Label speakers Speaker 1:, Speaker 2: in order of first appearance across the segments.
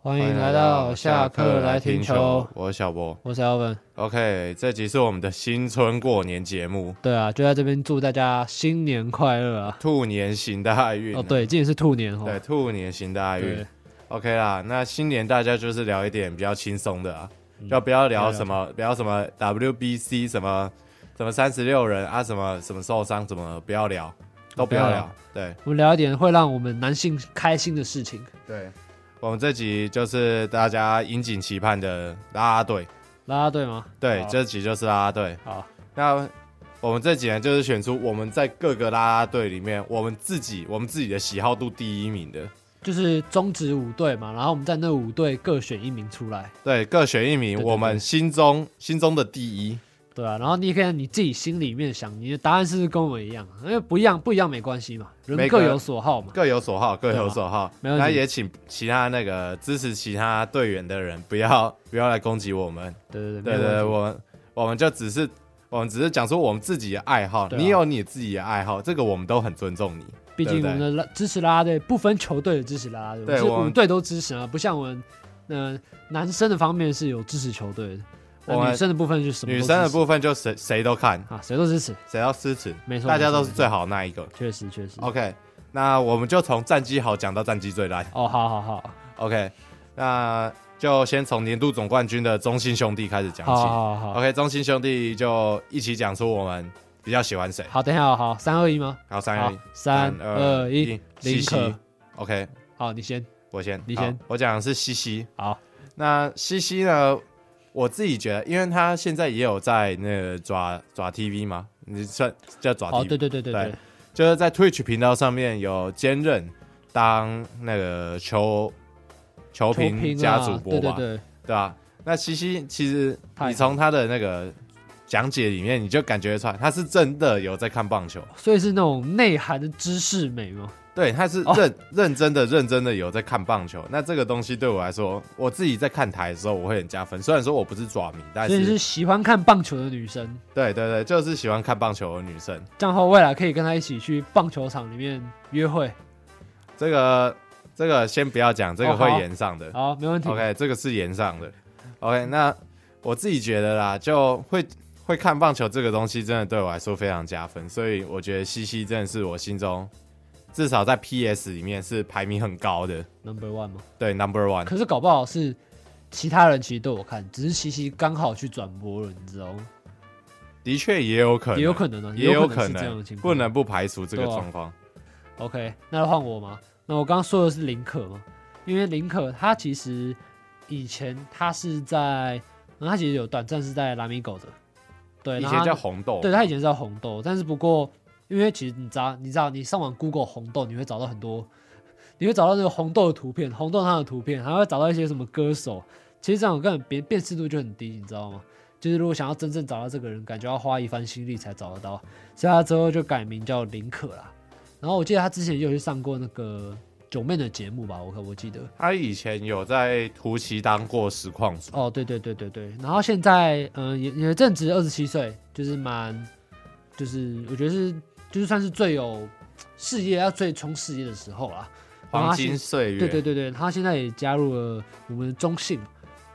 Speaker 1: 欢迎来到下课来听球，
Speaker 2: 我是小波。
Speaker 1: 我是 Alvin。
Speaker 2: OK，这集是我们的新春过年节目，
Speaker 1: 对啊，就在这边祝大家新年快乐啊！
Speaker 2: 兔年行大运、
Speaker 1: 哦，，对，今年是兔年哦。
Speaker 2: 对，兔年行大运
Speaker 1: 对。
Speaker 2: OK 啦，那新年大家就是聊一点比较轻松的啊，
Speaker 1: 嗯
Speaker 2: 就不要聊什么，不要什么 WBC 什么什么三十六人啊，什么什么受伤，什么不要聊，都不要聊。对
Speaker 1: 我们聊一点会让我们男性开心的事情。
Speaker 2: 对，我们这集就是大家引颈期盼的啦啦队，
Speaker 1: 啦啦队吗？
Speaker 2: 对
Speaker 1: 好，
Speaker 2: 这集就是啦啦队。
Speaker 1: 好，
Speaker 2: 那我们这几年就是选出我们在各个啦啦队里面，我们自己我们自己的喜好度第一名的，
Speaker 1: 就是中职五队嘛，然后我们在那五队各选一名出来，
Speaker 2: 对，各选一名，
Speaker 1: 对对
Speaker 2: 我们心中心中的第一。
Speaker 1: 对啊，然后你也可以你自己心里面想，你的答案是不是跟我们一样？啊因为不一样不一样没关系嘛，人
Speaker 2: 每个
Speaker 1: 各
Speaker 2: 人
Speaker 1: 有所好嘛。
Speaker 2: 各有所好，各有所好。
Speaker 1: 啊没问题
Speaker 2: 那也请其他那个支持其他队员的人不要不要来攻击我们。
Speaker 1: 对对对，
Speaker 2: 对
Speaker 1: 没
Speaker 2: 对，对
Speaker 1: 有问题
Speaker 2: 我们我们就只是我们只是讲出我们自己的爱好，
Speaker 1: 对啊
Speaker 2: 你有你自己的爱好，这个我们都很尊重你。
Speaker 1: 毕竟
Speaker 2: 对
Speaker 1: 我们
Speaker 2: 不对
Speaker 1: 的拉支持啦啦队不分球队的支持啦啦队，
Speaker 2: 对
Speaker 1: 我们
Speaker 2: 我
Speaker 1: 是
Speaker 2: 们
Speaker 1: 五队都支持啊，不像我们，呃，男生的方面是有支持球队的，那
Speaker 2: 我们
Speaker 1: 女生的部分就是什么都
Speaker 2: 女
Speaker 1: 支持？
Speaker 2: 生的部分就谁谁都看，
Speaker 1: 啊，谁都支持，
Speaker 2: 谁要支持，
Speaker 1: 没错
Speaker 2: 大家
Speaker 1: 没错
Speaker 2: 都是
Speaker 1: 没错
Speaker 2: 最好的那一个。
Speaker 1: 确实确实。
Speaker 2: OK，那我们就从战绩好讲到战绩最烂。
Speaker 1: 哦，好好好，
Speaker 2: OK，那就先从年度总冠军的中信兄弟开始讲
Speaker 1: 好
Speaker 2: 起。
Speaker 1: 好好好。
Speaker 2: OK，中信兄弟就一起讲出我们比较喜欢谁。
Speaker 1: 好，等一下哦，好，三二一吗？
Speaker 2: 好，三
Speaker 1: 好
Speaker 2: 二一，，
Speaker 1: 三二一，，
Speaker 2: 西
Speaker 1: 林
Speaker 2: 西
Speaker 1: 可。
Speaker 2: OK，
Speaker 1: 好，你先。
Speaker 2: 我先，
Speaker 1: 你先
Speaker 2: 好，我讲的是西西。
Speaker 1: 好，
Speaker 2: 那西西呢？我自己觉得，因为他现在也有在那个爪爪 TV 嘛，你算叫爪 TV
Speaker 1: 哦，对对对对
Speaker 2: 对
Speaker 1: 对，
Speaker 2: 就是在 Twitch 频道上面有兼任当那个球球
Speaker 1: 投
Speaker 2: 评
Speaker 1: 屏
Speaker 2: 加
Speaker 1: 啦
Speaker 2: 主
Speaker 1: 对
Speaker 2: 播
Speaker 1: 啊对
Speaker 2: 吧，
Speaker 1: 对，
Speaker 2: 对吧、那西西其实
Speaker 1: 太
Speaker 2: 你从他的那个讲解里面，你就感觉出来他是真的有在看棒球，
Speaker 1: 所以是那种内涵的知识美吗？
Speaker 2: 对，他是
Speaker 1: 哦
Speaker 2: 认、认真的、认真的有在看棒球。那这个东西对我来说，我自己在看台的时候，我会很加分。虽然说我不是抓迷，但
Speaker 1: 所以
Speaker 2: 是
Speaker 1: 是喜欢看棒球的女生，
Speaker 2: 对对对，就是喜欢看棒球的女生。
Speaker 1: 这样后未来可以跟她一起去棒球场里面约会。
Speaker 2: 这个这个先不要讲，这
Speaker 1: 哦
Speaker 2: 个会
Speaker 1: 好
Speaker 2: 延上的。
Speaker 1: 好，没问题。
Speaker 2: OK，这个是延上的。OK，那我自己觉得啦，就会会看棒球这个东西，真的对我来说非常加分，所以我觉得西西真的是我心中至少在 PS 里面是排名很高的，
Speaker 1: Number one 吗？
Speaker 2: 对 Number One。
Speaker 1: 可是搞不好是其他人其实都有看，只是西西刚好去转播了，你知道吗？
Speaker 2: 的确也有可能，
Speaker 1: 也有可能啊，
Speaker 2: 也有
Speaker 1: 有
Speaker 2: 可
Speaker 1: 是这样的
Speaker 2: 能
Speaker 1: 情，况。
Speaker 2: 不能不排除这个
Speaker 1: 对啊
Speaker 2: 状况。
Speaker 1: OK，那换我吗？那我刚刚说的是林可嘛，因为林可他其实以前他是在，嗯、他其实有短暂是在拉米狗的，对，
Speaker 2: 以
Speaker 1: 然后
Speaker 2: 前
Speaker 1: 他
Speaker 2: 叫红豆，
Speaker 1: 对他以前是叫红豆，但是不过因为其实你知道，你知道你上网 Google 红豆，你会找到很多，你会找到那个红豆的图片，红豆它的图片，还会找到一些什么歌手，其实这样根本辨辨识度就很低，你知道吗？就是如果想要真正找到这个人，感觉要花一番心力才找得到，所以他之后就改名叫林可啦。然后我记得他之前也有去上过那个九妹的节目吧，我我记得。
Speaker 2: 他以前有在图奇当过实况主，
Speaker 1: 哦，对对对对对，然后现在嗯、呃也也正值二十七岁，就是蛮，就是我觉得是就是算是最有事业要最冲事业的时候啦。然后
Speaker 2: 黄
Speaker 1: 他现
Speaker 2: 金岁月。
Speaker 1: 对对对对，他现在也加入了我们的中信嘛，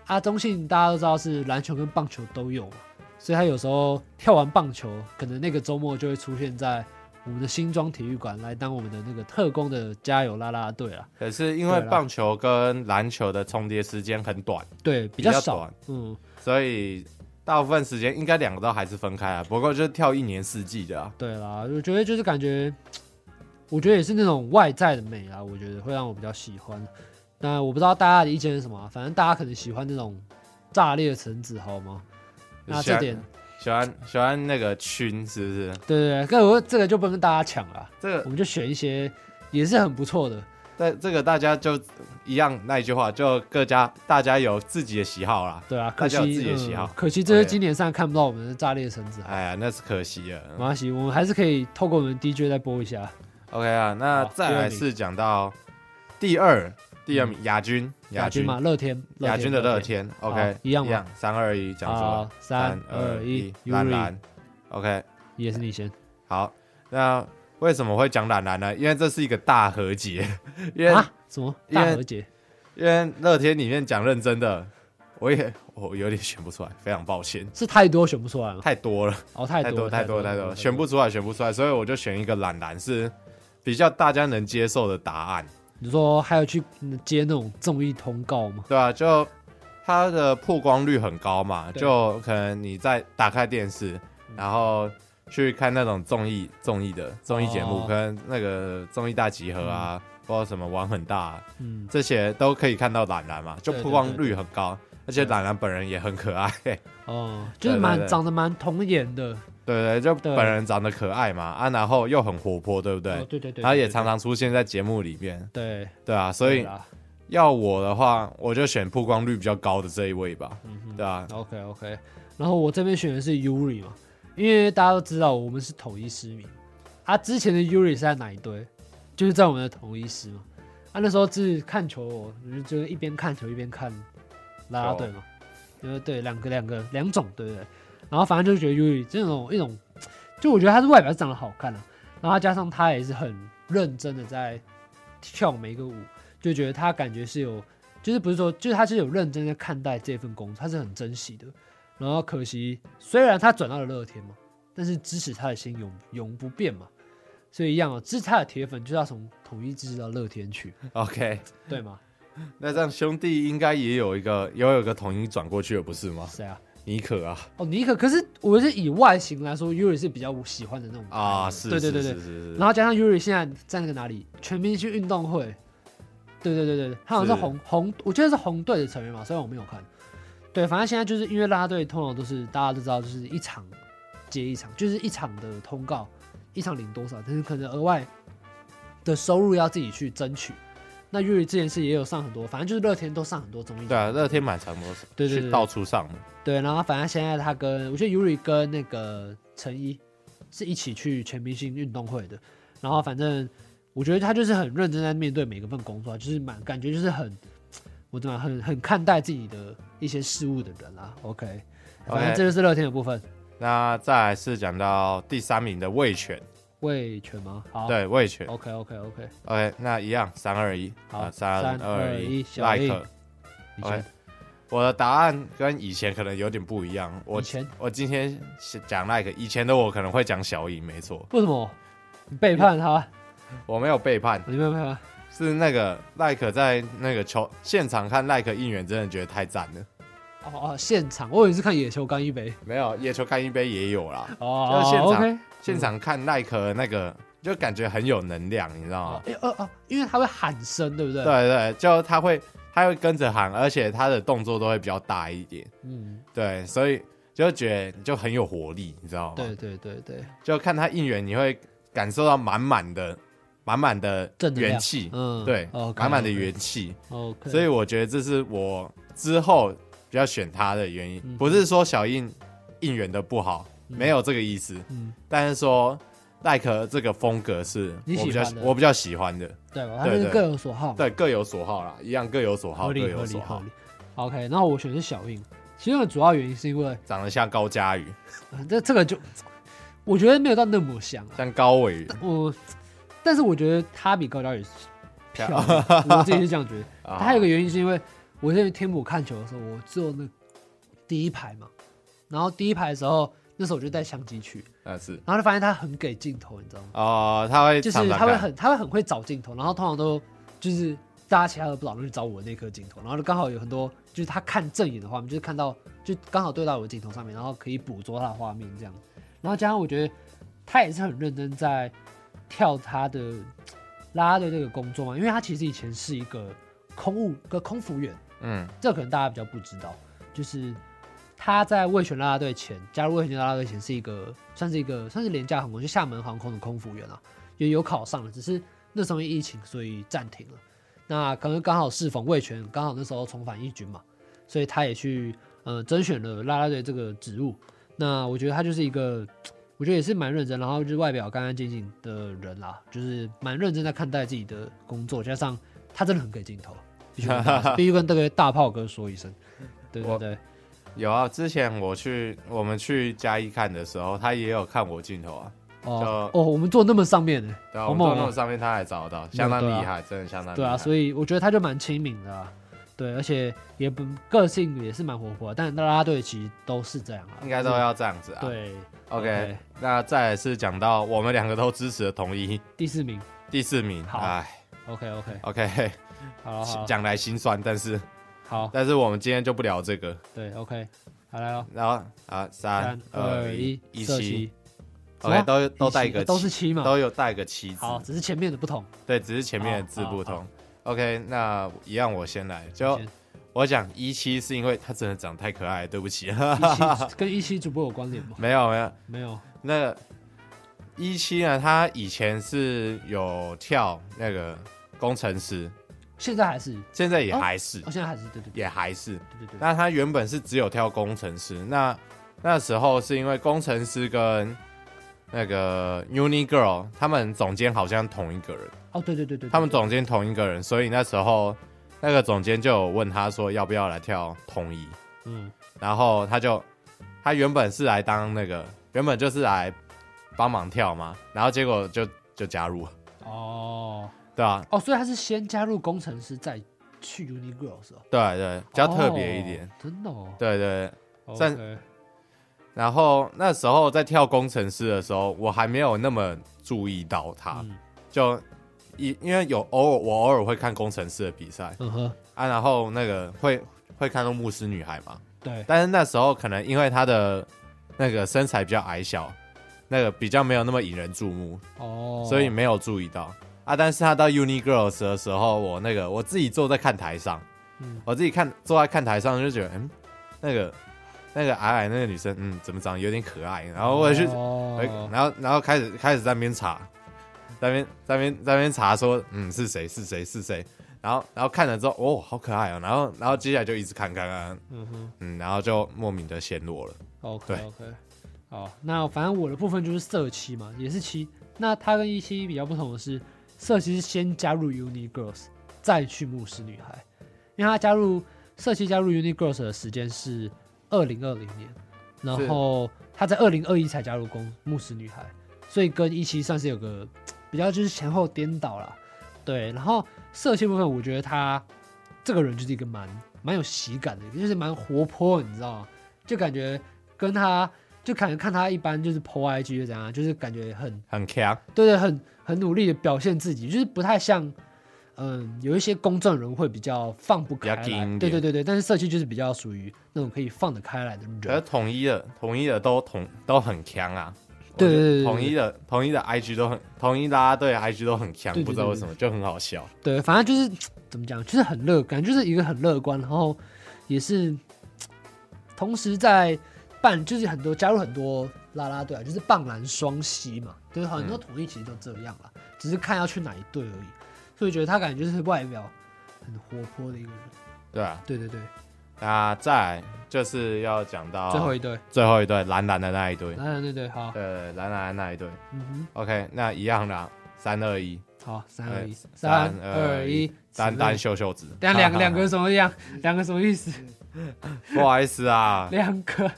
Speaker 1: 啊中信大家都知道是篮球跟棒球都有嘛，所以他有时候跳完棒球，可能那个周末就会出现在我们的新庄体育馆来当我们的那个特工的加油啦啦队啦，
Speaker 2: 可是因为
Speaker 1: 对啦
Speaker 2: 棒球跟篮球的重叠时间很短，
Speaker 1: 对，比
Speaker 2: 比
Speaker 1: 较
Speaker 2: 较
Speaker 1: 少，
Speaker 2: 短，
Speaker 1: 嗯，
Speaker 2: 所以大部分时间应该两个都还是分开啊。不过就是跳一年四季的啊。
Speaker 1: 对啦，我觉得就是感觉，我觉得也是那种外在的美啊，我觉得会让我比较喜欢。那我不知道大家的意见是什么啊、反正大家可能喜欢那种炸裂的橙子，好吗？那
Speaker 2: 喜
Speaker 1: 啊这
Speaker 2: 欢
Speaker 1: 点，
Speaker 2: 喜欢喜欢那个群是不是？
Speaker 1: 对对对，跟我这个就不能跟大家抢了，
Speaker 2: 这个
Speaker 1: 我们就选一些也是很不错的。
Speaker 2: 在这个大家就一样那一句话，就各家大家有自己的喜好啦。
Speaker 1: 对啊，
Speaker 2: 大
Speaker 1: 可
Speaker 2: 家
Speaker 1: 惜
Speaker 2: 有自己的喜好
Speaker 1: 嗯可惜这是
Speaker 2: OK
Speaker 1: 今年上看不到我们的炸裂的橙子啊。
Speaker 2: 哎呀，那是可惜了。
Speaker 1: 没关系，我们还是可以透过我们 DJ 再播一下。
Speaker 2: OK 啊，那
Speaker 1: 好
Speaker 2: 再来是讲到第二第二名亚军，
Speaker 1: 嗯亚军嘛，乐天，
Speaker 2: 亚军的乐
Speaker 1: 乐，
Speaker 2: 天
Speaker 1: 好
Speaker 2: ，OK
Speaker 1: 一样吗
Speaker 2: 三二一，讲什么
Speaker 1: 好？，三二一，
Speaker 2: 蓝
Speaker 1: Yuri
Speaker 2: 蓝，OK，
Speaker 1: 也是你先。
Speaker 2: 好，那为什么会讲蓝蓝呢？因为这是一个大和解，因为
Speaker 1: 啊？什么
Speaker 2: 因为
Speaker 1: 大和解？
Speaker 2: 因为乐天里面讲认真的，我也我有点选不出来，非常抱歉，
Speaker 1: 是太多选不出来吗？
Speaker 2: 太多了，
Speaker 1: 哦，太
Speaker 2: 太
Speaker 1: 多
Speaker 2: 太多
Speaker 1: 多
Speaker 2: 太
Speaker 1: 太
Speaker 2: 多了，选不出来，选不出来，所以我就选一个懒懒是比较大家能接受的答案，
Speaker 1: 你说还有去嗯接那种综艺通告吗？
Speaker 2: 对啊，就它的曝光率很高嘛，
Speaker 1: 对
Speaker 2: 就可能你在打开电视，然后。去看那种综艺综艺的综艺节目，
Speaker 1: 哦
Speaker 2: 可能那个综艺大集合啊，或者什么玩很大、啊，
Speaker 1: 嗯，
Speaker 2: 这些都可以看到懒懒嘛，就
Speaker 1: 对
Speaker 2: 曝
Speaker 1: 对
Speaker 2: 光
Speaker 1: 对
Speaker 2: 率很高，而且懒懒本人也很 可爱，对
Speaker 1: 哦，就是
Speaker 2: 对对
Speaker 1: 蛮
Speaker 2: 对
Speaker 1: 长得蛮童颜的，
Speaker 2: 对，就
Speaker 1: 对
Speaker 2: 本人长得可爱嘛啊，然后又很活泼，对不对？
Speaker 1: 哦对对对，
Speaker 2: 然后
Speaker 1: 对
Speaker 2: 也
Speaker 1: 对
Speaker 2: 常常出现在节目里面，
Speaker 1: 对，
Speaker 2: 对啊，所
Speaker 1: 对
Speaker 2: 以
Speaker 1: 啦
Speaker 2: 要我的话，我就选曝光率比较高的这一位吧，
Speaker 1: 嗯哼
Speaker 2: 对啊，
Speaker 1: OK OK，然后我这边选的是 Yuri 嘛，因为大家都知道我们是统一师迷，啊，之前的 Yuri 是在哪一队？就是在我们的统一师嘛。啊，那时候是看球哦，就是一边看球一边看啦啦队嘛，就是对两个两个两种，对不对？然后反正就是觉得 Yuri 这种一种，就我觉得他是外表是长得好看啊，然后他加上他也是很认真的在跳每一个舞，就觉得他感觉是有，就是不是说，就是他是有认真的看待这份工作，他是很珍惜的。然后可惜，虽然他转到了乐天嘛，但是支持他的心永永不变嘛。所以一样哦，支持他的铁粉就是要从统一支持到乐天去，
Speaker 2: OK，
Speaker 1: 对吗？
Speaker 2: 那这样兄弟应该也有一个也有一个统一转过去了，不是吗？
Speaker 1: 谁啊？
Speaker 2: 尼可啊
Speaker 1: 哦，尼克。可是我是以外形来说，Yuri 是比较我喜欢的那种
Speaker 2: 啊，
Speaker 1: 的
Speaker 2: 是，
Speaker 1: 对对
Speaker 2: 是
Speaker 1: 对对
Speaker 2: 是。是是
Speaker 1: 然后加上 Yuri 现在在那个哪里全明星运动会，对对对对对，他好像是
Speaker 2: 是
Speaker 1: 红红，我记得是红队的成员嘛，虽然我没有看。对，反正现在就是因为啦啦队通常都是大家都知道，就是一场接一场，就是一场的通告，一场领多少，但是可能额外的收入要自己去争取。那 Yuri 之前是也有上很多，反正就是乐天都上很多综艺。
Speaker 2: 对啊，乐天蛮常多，
Speaker 1: 对对对
Speaker 2: 去到处上的，
Speaker 1: 对，然后反正现在他跟我觉得 Yuri 跟那个陈一是一起去全明星运动会的，然后反正我觉得他就是很认真在面对每个份工作啊，就是蛮感觉就是很我怎么讲很很看待自己的一些事物的人啦。OK，反正
Speaker 2: OK
Speaker 1: 这就是乐天的部分，
Speaker 2: 那再来是讲到第三名的魏权，
Speaker 1: 魏全吗？好，
Speaker 2: 对魏权。
Speaker 1: ，OK OK OK，
Speaker 2: OK，那一样，三二一，
Speaker 1: 好
Speaker 2: 啊三
Speaker 1: 321
Speaker 2: 一
Speaker 1: 小
Speaker 2: ，like
Speaker 1: 印。以
Speaker 2: OK，
Speaker 1: 前
Speaker 2: 我的答案跟以前可能有点不一样。我
Speaker 1: 以前
Speaker 2: 我今天是讲 like，以前的我可能会讲小影，没错，
Speaker 1: 为什么你背叛他？
Speaker 2: 我没有背叛，
Speaker 1: 你没有背叛
Speaker 2: 是那个 like 在那个球现场看 like 应援，真的觉得太赞了。
Speaker 1: 他？哦哦，现场我以为是看野球干一杯
Speaker 2: 没有野球看一杯也有啦，
Speaker 1: 哦
Speaker 2: 就是现场
Speaker 1: ，OK，
Speaker 2: 现场看 like 的那个就感觉很有能量，你知道吗
Speaker 1: 哦？，哎哦哦，因为他会喊声，对不对？
Speaker 2: 啊对，对，就他会他会跟着喊，而且他的动作都会比较大一点。
Speaker 1: 嗯，
Speaker 2: 对，所以就觉得就很有活力，你知道吗？
Speaker 1: 对，对对对，
Speaker 2: 就看他应援，你会感受到满满的、满满的
Speaker 1: 正能量
Speaker 2: 元气，
Speaker 1: 嗯，
Speaker 2: 对，
Speaker 1: OK，
Speaker 2: 满满的元气。
Speaker 1: ，OK，
Speaker 2: 所以我觉得这是我之后比较选他的原
Speaker 1: 嗯
Speaker 2: 因，不是说小应应援的不好，没有这个意思，
Speaker 1: 嗯，
Speaker 2: 但是说赖可这个风格是
Speaker 1: 你
Speaker 2: 我
Speaker 1: 喜
Speaker 2: 比较
Speaker 1: 欢的
Speaker 2: 我比较喜欢的，
Speaker 1: 对吧？他
Speaker 2: 对
Speaker 1: 就是
Speaker 2: 对
Speaker 1: 各有所好嘛，
Speaker 2: 对，各有所好啦，一样各有所好，
Speaker 1: 合
Speaker 2: 各
Speaker 1: 理合
Speaker 2: 有
Speaker 1: 理
Speaker 2: 所
Speaker 1: 合
Speaker 2: 好
Speaker 1: 理。。OK，那我选的是小印，其中的主要原因是因为
Speaker 2: 长得像高佳宇，
Speaker 1: 呃这这个就我觉得没有到那么像啊，
Speaker 2: 像高伟宇
Speaker 1: 我但是我觉得他比高佳 宇 漂亮，我自己是这样觉得。
Speaker 2: 啊
Speaker 1: 还有一个原因是因为我在天母看球的时候，我坐那第一排嘛，然后第一排的时候，那时候我就带相机去，
Speaker 2: 那是
Speaker 1: 然后就发现他很给镜头，你知道吗？
Speaker 2: 哦，他会
Speaker 1: 就
Speaker 2: 常
Speaker 1: 是
Speaker 2: 常
Speaker 1: 他会
Speaker 2: 看
Speaker 1: 很他会很会找镜头，然后通常都就是大家其他的不找，都去找我那颗镜头，然后就刚好有很多就是他看正眼的画面，就是看到就刚好对到我的镜头上面，然后可以捕捉他的画面这样。然后加上我觉得他也是很认真在跳他的啦啦队这个工作嘛，因为他其实以前是一个空务个空服员，
Speaker 2: 嗯
Speaker 1: 这可能大家比较不知道，就是他在魏全啦啦队前加入魏全啦啦队前是一个算是一个算是廉价航空，就厦门航空的空服员啊，也有考上了，只是那时候因为疫情所以暂停了。那可能刚好适逢魏全刚好那时候重返一军嘛，所以他也去呃甄选了啦啦队这个职务。那我觉得他就是一个，我觉得也是蛮认真，然后就是外表干干净净的人啦，就是蛮认真在看待自己的工作，加上他真的很给劲头，必须跟大家必须跟这个大炮哥说一声。对对
Speaker 2: 我
Speaker 1: 对，
Speaker 2: 有啊，之前我去我们去嘉义看的时候，他也有看我镜头啊，
Speaker 1: 哦哦，我们坐那么上面呢，
Speaker 2: 对啊，
Speaker 1: 好
Speaker 2: 我们
Speaker 1: 猛
Speaker 2: 做那
Speaker 1: 哦
Speaker 2: 种上面他还找得到，相当
Speaker 1: 对啊
Speaker 2: 厉害，真的相当厉害。
Speaker 1: 对啊，所以我觉得他就蛮亲民的啊、对，而且也不个性也是蛮活泼的，但啦啦队其实都是这样啊，
Speaker 2: 应该都要这样子啊。
Speaker 1: 对。
Speaker 2: OK，
Speaker 1: OK
Speaker 2: 那再来是讲到我们两个都支持的统一
Speaker 1: 第四名
Speaker 2: 第四名，
Speaker 1: 好
Speaker 2: 哎
Speaker 1: ，OK OK，
Speaker 2: ，OK，
Speaker 1: 好了好了，
Speaker 2: 讲来心酸，但是
Speaker 1: 好，
Speaker 2: 但是我们今天就不聊这个。
Speaker 1: 对，OK，好来哦，
Speaker 2: 然后啊，三
Speaker 1: 三
Speaker 2: 二
Speaker 1: 二
Speaker 2: 一
Speaker 1: 一，，
Speaker 2: 一
Speaker 1: 射
Speaker 2: 七
Speaker 1: 七什
Speaker 2: ，OK，
Speaker 1: 么
Speaker 2: 都都
Speaker 1: 一
Speaker 2: 带
Speaker 1: 七
Speaker 2: 一个
Speaker 1: 呃都
Speaker 2: 旗
Speaker 1: 是七嘛，
Speaker 2: 都有带一个旗子，
Speaker 1: 好，只是前面的不 同，
Speaker 2: 对，只是前面的字
Speaker 1: 好
Speaker 2: 不
Speaker 1: 好
Speaker 2: 同。OK，那一样我先来，就
Speaker 1: 先
Speaker 2: 我讲一七是因为他真的长太可爱了，对不起，
Speaker 1: 一期跟一期主播有关联吗？
Speaker 2: 没有没有，
Speaker 1: 没有，
Speaker 2: 那个一七呢，他以前是有跳那个工程师，
Speaker 1: 现在还是，
Speaker 2: 现在也
Speaker 1: 哦
Speaker 2: 还是、
Speaker 1: 哦，现在还是，对对对
Speaker 2: 也还是。
Speaker 1: 对对对，
Speaker 2: 那他原本是只有跳工程师，那那时候是因为工程师跟那个 Uni Girl 他们总监好像同一个人，
Speaker 1: 哦，对对对对，
Speaker 2: 他们总监同一个人，所以那时候那个总监就有问他说要不要来跳统一，
Speaker 1: 嗯，
Speaker 2: 然后他就他原本是来当那个原本就是来帮忙跳嘛，然后结果就就加入了，
Speaker 1: 哦
Speaker 2: 对啊，
Speaker 1: 哦，所以他是先加入工程师，再去 Uni Girls，哦
Speaker 2: 对啊对，比较特别一点，
Speaker 1: 哦，真的哦，
Speaker 2: 对对。但
Speaker 1: OK，
Speaker 2: 然后那时候在跳工程师的时候，我还没有那么注意到他，
Speaker 1: 嗯
Speaker 2: 就因因为有偶尔我偶尔会看工程师的比赛
Speaker 1: 嗯哼，
Speaker 2: 啊，然后那个会会看到牧师女孩嘛，
Speaker 1: 对，
Speaker 2: 但是那时候可能因为她的那个身材比较矮小，那个比较没有那么引人注目，
Speaker 1: 哦，
Speaker 2: 所以没有注意到啊。但是他到 Uni Girls 的时候，我那个我自己坐在看台上，
Speaker 1: 嗯
Speaker 2: 我自己看坐在看台上就觉得，嗯，那个那个矮矮那个女生，嗯，怎么长得有点可爱？然后我就去，哎我就
Speaker 1: 哦，
Speaker 2: 然后然后开始开始在那边查，在那边在那边在那边查说，嗯，是谁是谁是谁。然后，然后看了之后，哦，好可爱哦！然后，然后接下来就一直看，看，看，
Speaker 1: 嗯哼
Speaker 2: 嗯，然后就莫名的陷落了。对
Speaker 1: ，OK OK，好，哦那反正我的部分就是社七嘛，也是七，那他跟一七比较不同的是，社七是先加入 Uni Girls，再去牧师女孩，因为他加入社七加入 Uni Girls 的时间是二零二零年，
Speaker 2: 是
Speaker 1: 然后他在二零二一才加入公牧师女孩，所以跟一期算是有个比较就是前后颠倒啦。对，然后社七部分，我觉得他这个人就是一个蛮蛮有喜感的，就是蛮活泼，你知道吗？就感觉跟他就感觉看他一般就是 PO IG 就怎样，啊就是感觉很
Speaker 2: 很强，
Speaker 1: 对对，很很努力的表现自己，就是不太像，嗯，有一些公众人物会比较放不开
Speaker 2: 比较硬一
Speaker 1: 来
Speaker 2: 点，
Speaker 1: 对对对对，但是社区就是比较属于那种可以放得开来的
Speaker 2: 可是
Speaker 1: 人，
Speaker 2: 统一的统一的都统都很强啊。
Speaker 1: 对对对对对
Speaker 2: 统一的统一的 IG 都很统一啦，对 IG 都很强，
Speaker 1: 对对对
Speaker 2: 不知道为什么就很好笑。
Speaker 1: 对，反正就是怎么讲，就是很乐，感觉就是一个很乐观，然后也是同时在办，就是很多加入很多啦啦队啊，就是棒篮双栖嘛，就是很多统一其实都这样啦，只是看要去哪一队而已，所以觉得他感觉就是外表很活泼的一个人，
Speaker 2: 对啊，
Speaker 1: 对对对，
Speaker 2: 那再来就是要讲到
Speaker 1: 最后一队。
Speaker 2: 最后一对蓝蓝的那一对，
Speaker 1: 啊，对对，好，
Speaker 2: 对蓝蓝的那一对。
Speaker 1: 嗯
Speaker 2: OK，那一样啦，三二一，
Speaker 1: 哼，好，三
Speaker 2: 哎
Speaker 1: 二一，
Speaker 2: 三
Speaker 1: 三
Speaker 2: 二
Speaker 1: 二
Speaker 2: 一
Speaker 1: 一，
Speaker 2: 单
Speaker 1: 此
Speaker 2: 单
Speaker 1: 类，
Speaker 2: 秀秀子。
Speaker 1: 等下两个两个，什么样？两个什么意思？
Speaker 2: 不好意思啊，
Speaker 1: 两个，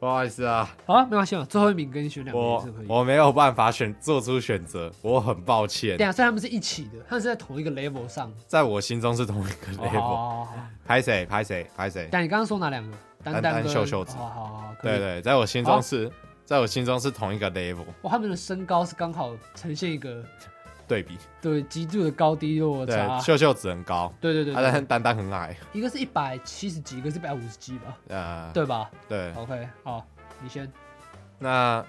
Speaker 2: 不好意思啊，
Speaker 1: 好啊，没关系嘛，最后一名跟你选两个也
Speaker 2: 我
Speaker 1: 是可以。
Speaker 2: 我没有办法选做出选择，我很抱歉
Speaker 1: 等，下，所以啊他们是一起的，他们是在同一个 level 上。
Speaker 2: 在我心中是同一个 level。
Speaker 1: 哦好好好，
Speaker 2: 拍谁拍谁拍谁。
Speaker 1: 但你刚刚说哪两个？
Speaker 2: 丹
Speaker 1: 丹
Speaker 2: 丹
Speaker 1: 跟哦
Speaker 2: 秀秀子
Speaker 1: 好好好，可以
Speaker 2: 对。对，在我心中
Speaker 1: 好
Speaker 2: 是，在我心中是同一个 level
Speaker 1: 哇，他们的身高是刚好呈现一个
Speaker 2: 对比。
Speaker 1: 对极度的高低落差
Speaker 2: 对，。秀秀只很高，
Speaker 1: 对对对
Speaker 2: 啊，但是
Speaker 1: 对，
Speaker 2: 丹丹很矮。
Speaker 1: 一个是一百七十几，一个是一百五十几吧，
Speaker 2: 呃，
Speaker 1: 对吧
Speaker 2: 对，
Speaker 1: ？OK，好，你先。
Speaker 2: 那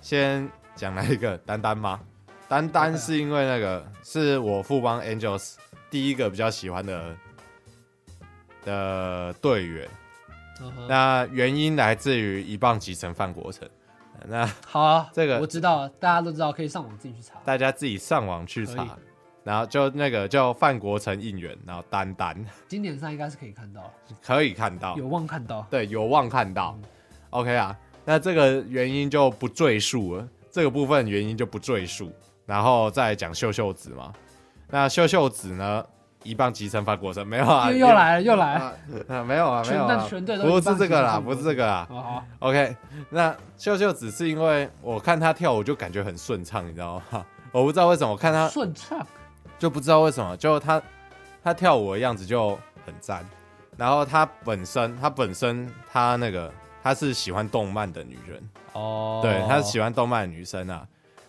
Speaker 2: 先讲来一个丹丹吧。丹丹
Speaker 1: OK 啊
Speaker 2: 是因为那个是我富邦 Angels 第一个比较喜欢的的队员，
Speaker 1: 嗯哼，
Speaker 2: 那原因来自于一棒击成范国成。那
Speaker 1: 好啊，
Speaker 2: 这个
Speaker 1: 我知道，大家都知道，可以上网自己去查。
Speaker 2: 大家自己上网去
Speaker 1: 可以
Speaker 2: 查，然后就那个叫范国成应援，然后丹丹
Speaker 1: 经典上应该是可以看到，
Speaker 2: 可以看到，
Speaker 1: 有嗯望看到。
Speaker 2: 对，有望看到。OK 啊，那这个原因就不赘述了，这个部分原因就不赘述，然后再讲秀秀子嘛。那秀秀子呢，一棒击成法国神没有啊？
Speaker 1: 又又来了，又来了。
Speaker 2: 啊啊 没有啊，没
Speaker 1: 全
Speaker 2: 有啊
Speaker 1: 但，全队都
Speaker 2: 不
Speaker 1: 一棒
Speaker 2: 是这个啦，
Speaker 1: 击成法
Speaker 2: 不
Speaker 1: 国
Speaker 2: 是
Speaker 1: 神
Speaker 2: 这个啦。
Speaker 1: 好好，
Speaker 2: OK，那秀秀子是因为我看她跳舞就感觉很顺畅，你知道吗？ 我不知道为什么，我看她
Speaker 1: 顺畅。
Speaker 2: 就不知道为什么，就她她跳舞的样子就很赞，然后她本身，她本身，她那个，她是喜欢动漫的女人，
Speaker 1: 哦，
Speaker 2: 对，她是喜欢动漫的女生啊，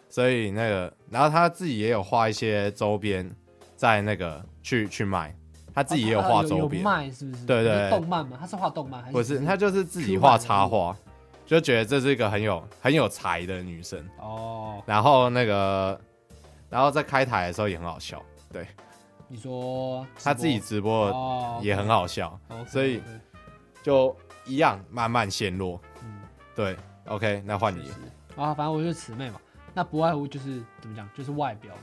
Speaker 2: 所以那个，然后她自己也有画一些周边，在那个去去卖，她自己也
Speaker 1: 有啊
Speaker 2: 画
Speaker 1: 哦有
Speaker 2: 周边，
Speaker 1: 卖是不是？
Speaker 2: 对对
Speaker 1: 就是
Speaker 2: 对
Speaker 1: 动漫嘛，他是画动漫还是？
Speaker 2: 不是，她就是自己画插画，就觉得这是一个很有很有才的女生。
Speaker 1: 哦，
Speaker 2: 然后那个，然后在开台的时候也很好笑，对
Speaker 1: 你说
Speaker 2: 她自己直播
Speaker 1: 哦
Speaker 2: 也很好笑，
Speaker 1: OK，
Speaker 2: 所以
Speaker 1: OK，
Speaker 2: 就一样慢慢陷落。
Speaker 1: 嗯，
Speaker 2: 对，OK，那换
Speaker 1: 确
Speaker 2: 你
Speaker 1: 实。啊，反正我就是慈妹嘛，那不外乎就是怎么讲，就是外表。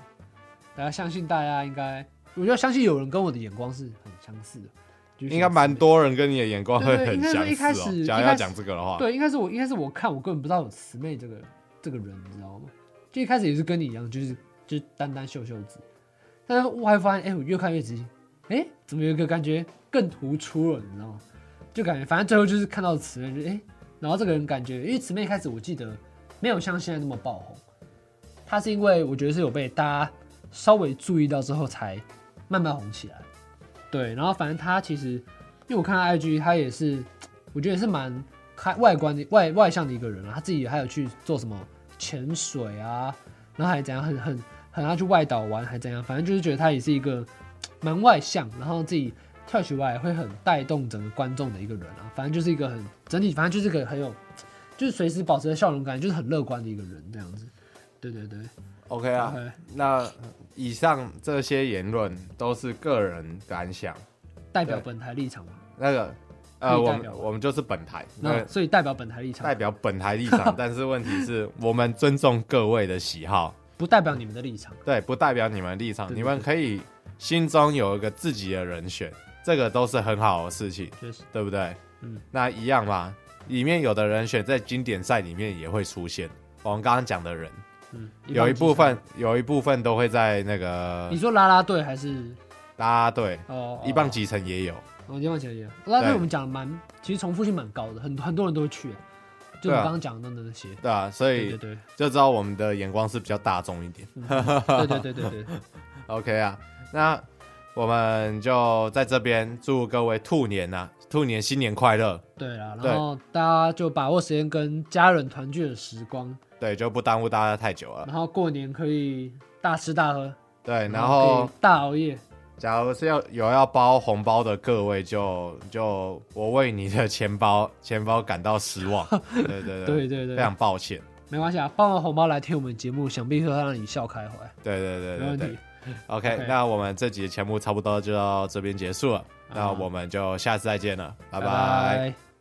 Speaker 1: 大家相信大家应该，我就相信有人跟我的眼光是很相似的，就是
Speaker 2: 应该蛮多人跟你的眼光
Speaker 1: 对
Speaker 2: 会
Speaker 1: 对
Speaker 2: 很
Speaker 1: 应该是
Speaker 2: 相
Speaker 1: 一开
Speaker 2: 似
Speaker 1: 始
Speaker 2: 哦。假
Speaker 1: 一
Speaker 2: 如
Speaker 1: 开
Speaker 2: 要
Speaker 1: 始
Speaker 2: 讲这个的话，
Speaker 1: 对，应该是我，应该是我看，我根本不知道有慈妹这个这个人，你知道吗？就一开始也是跟你一样，就是就是单单秀秀子，但是我还发现，哎、我越看越仔细，哎、怎么有一个感觉更突出了，你知道吗？就感觉反正最后就是看到慈妹，就哎、然后这个人感觉，因为慈妹一开始我记得没有像现在那么爆红，她是因为我觉得是有被大家稍微注意到之后才慢慢红起来。对，然后反正她其实，因为我看她 IG，她也是，我觉得也是蛮开外观的外外向的一个人啊，他自己还有去做什么潜水啊，然后还怎样很很很要去外岛玩，还怎样，反正就是觉得他也是一个蛮外向，然后自己跳起外会很带动整个观众的一个人啊，反正就是一个很整体，反正就是个很有，就是随时保持着笑容感，就是很乐观的一个人这样子。对对对
Speaker 2: OK 啊，
Speaker 1: ，OK，
Speaker 2: 那以上这些言论都是个人感想。
Speaker 1: 代表本台立场嘛，
Speaker 2: 那个，
Speaker 1: 可
Speaker 2: 呃，
Speaker 1: 以
Speaker 2: 我
Speaker 1: 代表
Speaker 2: 们我们就是本台，那
Speaker 1: 那
Speaker 2: 个
Speaker 1: 所以代表本台立场
Speaker 2: 代，表本台立场，但是问题是我们尊重各位的喜好，
Speaker 1: 不代表你们的立场。
Speaker 2: 对，不代表你们立场，
Speaker 1: 对对
Speaker 2: 你们可以心中有一个自己的人选，这个都是很好的事情，
Speaker 1: 确实，
Speaker 2: 对不对？
Speaker 1: 嗯，
Speaker 2: 那一样嘛，里面有的人选在经典赛里面也会出现，我们刚刚讲的人。
Speaker 1: 嗯，
Speaker 2: 有
Speaker 1: 棒之
Speaker 2: 一部
Speaker 1: 差，
Speaker 2: 分有一部分都会在那个
Speaker 1: 你说啦啦队还是
Speaker 2: 啦啦队，
Speaker 1: 哦，
Speaker 2: 一棒
Speaker 1: 哦
Speaker 2: 集成也有，
Speaker 1: 哦，你帮我讲一下。那
Speaker 2: 对
Speaker 1: 对我们讲的蛮，其实重复性蛮高的，很很多人都会去，就
Speaker 2: 对
Speaker 1: 我
Speaker 2: 啊
Speaker 1: 刚刚讲的那那些。
Speaker 2: 对啊，所
Speaker 1: 对
Speaker 2: 以
Speaker 1: 对对
Speaker 2: 就知道我们的眼光是比较大众一点。
Speaker 1: 对对对对对，
Speaker 2: OK 啊，那我们就在这边祝各位兔年啊，兔年新年快乐！
Speaker 1: 对啦。
Speaker 2: 对
Speaker 1: 然后大家就把握时间跟家人团聚的时光，
Speaker 2: 对，就不耽误大家太久了。
Speaker 1: 然后过年可以大吃大喝，
Speaker 2: 啊对，然
Speaker 1: 后
Speaker 2: 后
Speaker 1: 可以大熬夜。
Speaker 2: 假如是要有要包红包的各位就，就我为你的钱包钱包感到 失望。对对
Speaker 1: 对
Speaker 2: 对，
Speaker 1: 对
Speaker 2: 非
Speaker 1: 对，
Speaker 2: 常抱歉。
Speaker 1: 没关系啊，包完红包来听我们节目，想必会让你笑开怀，
Speaker 2: 对对对
Speaker 1: 没
Speaker 2: 对
Speaker 1: 问
Speaker 2: 对
Speaker 1: 题。。
Speaker 2: OK，,
Speaker 1: OK
Speaker 2: 那我们这集的节目差不多就到这边结束了，那
Speaker 1: 啊
Speaker 2: 我们就下次再见了，拜拜。
Speaker 1: 拜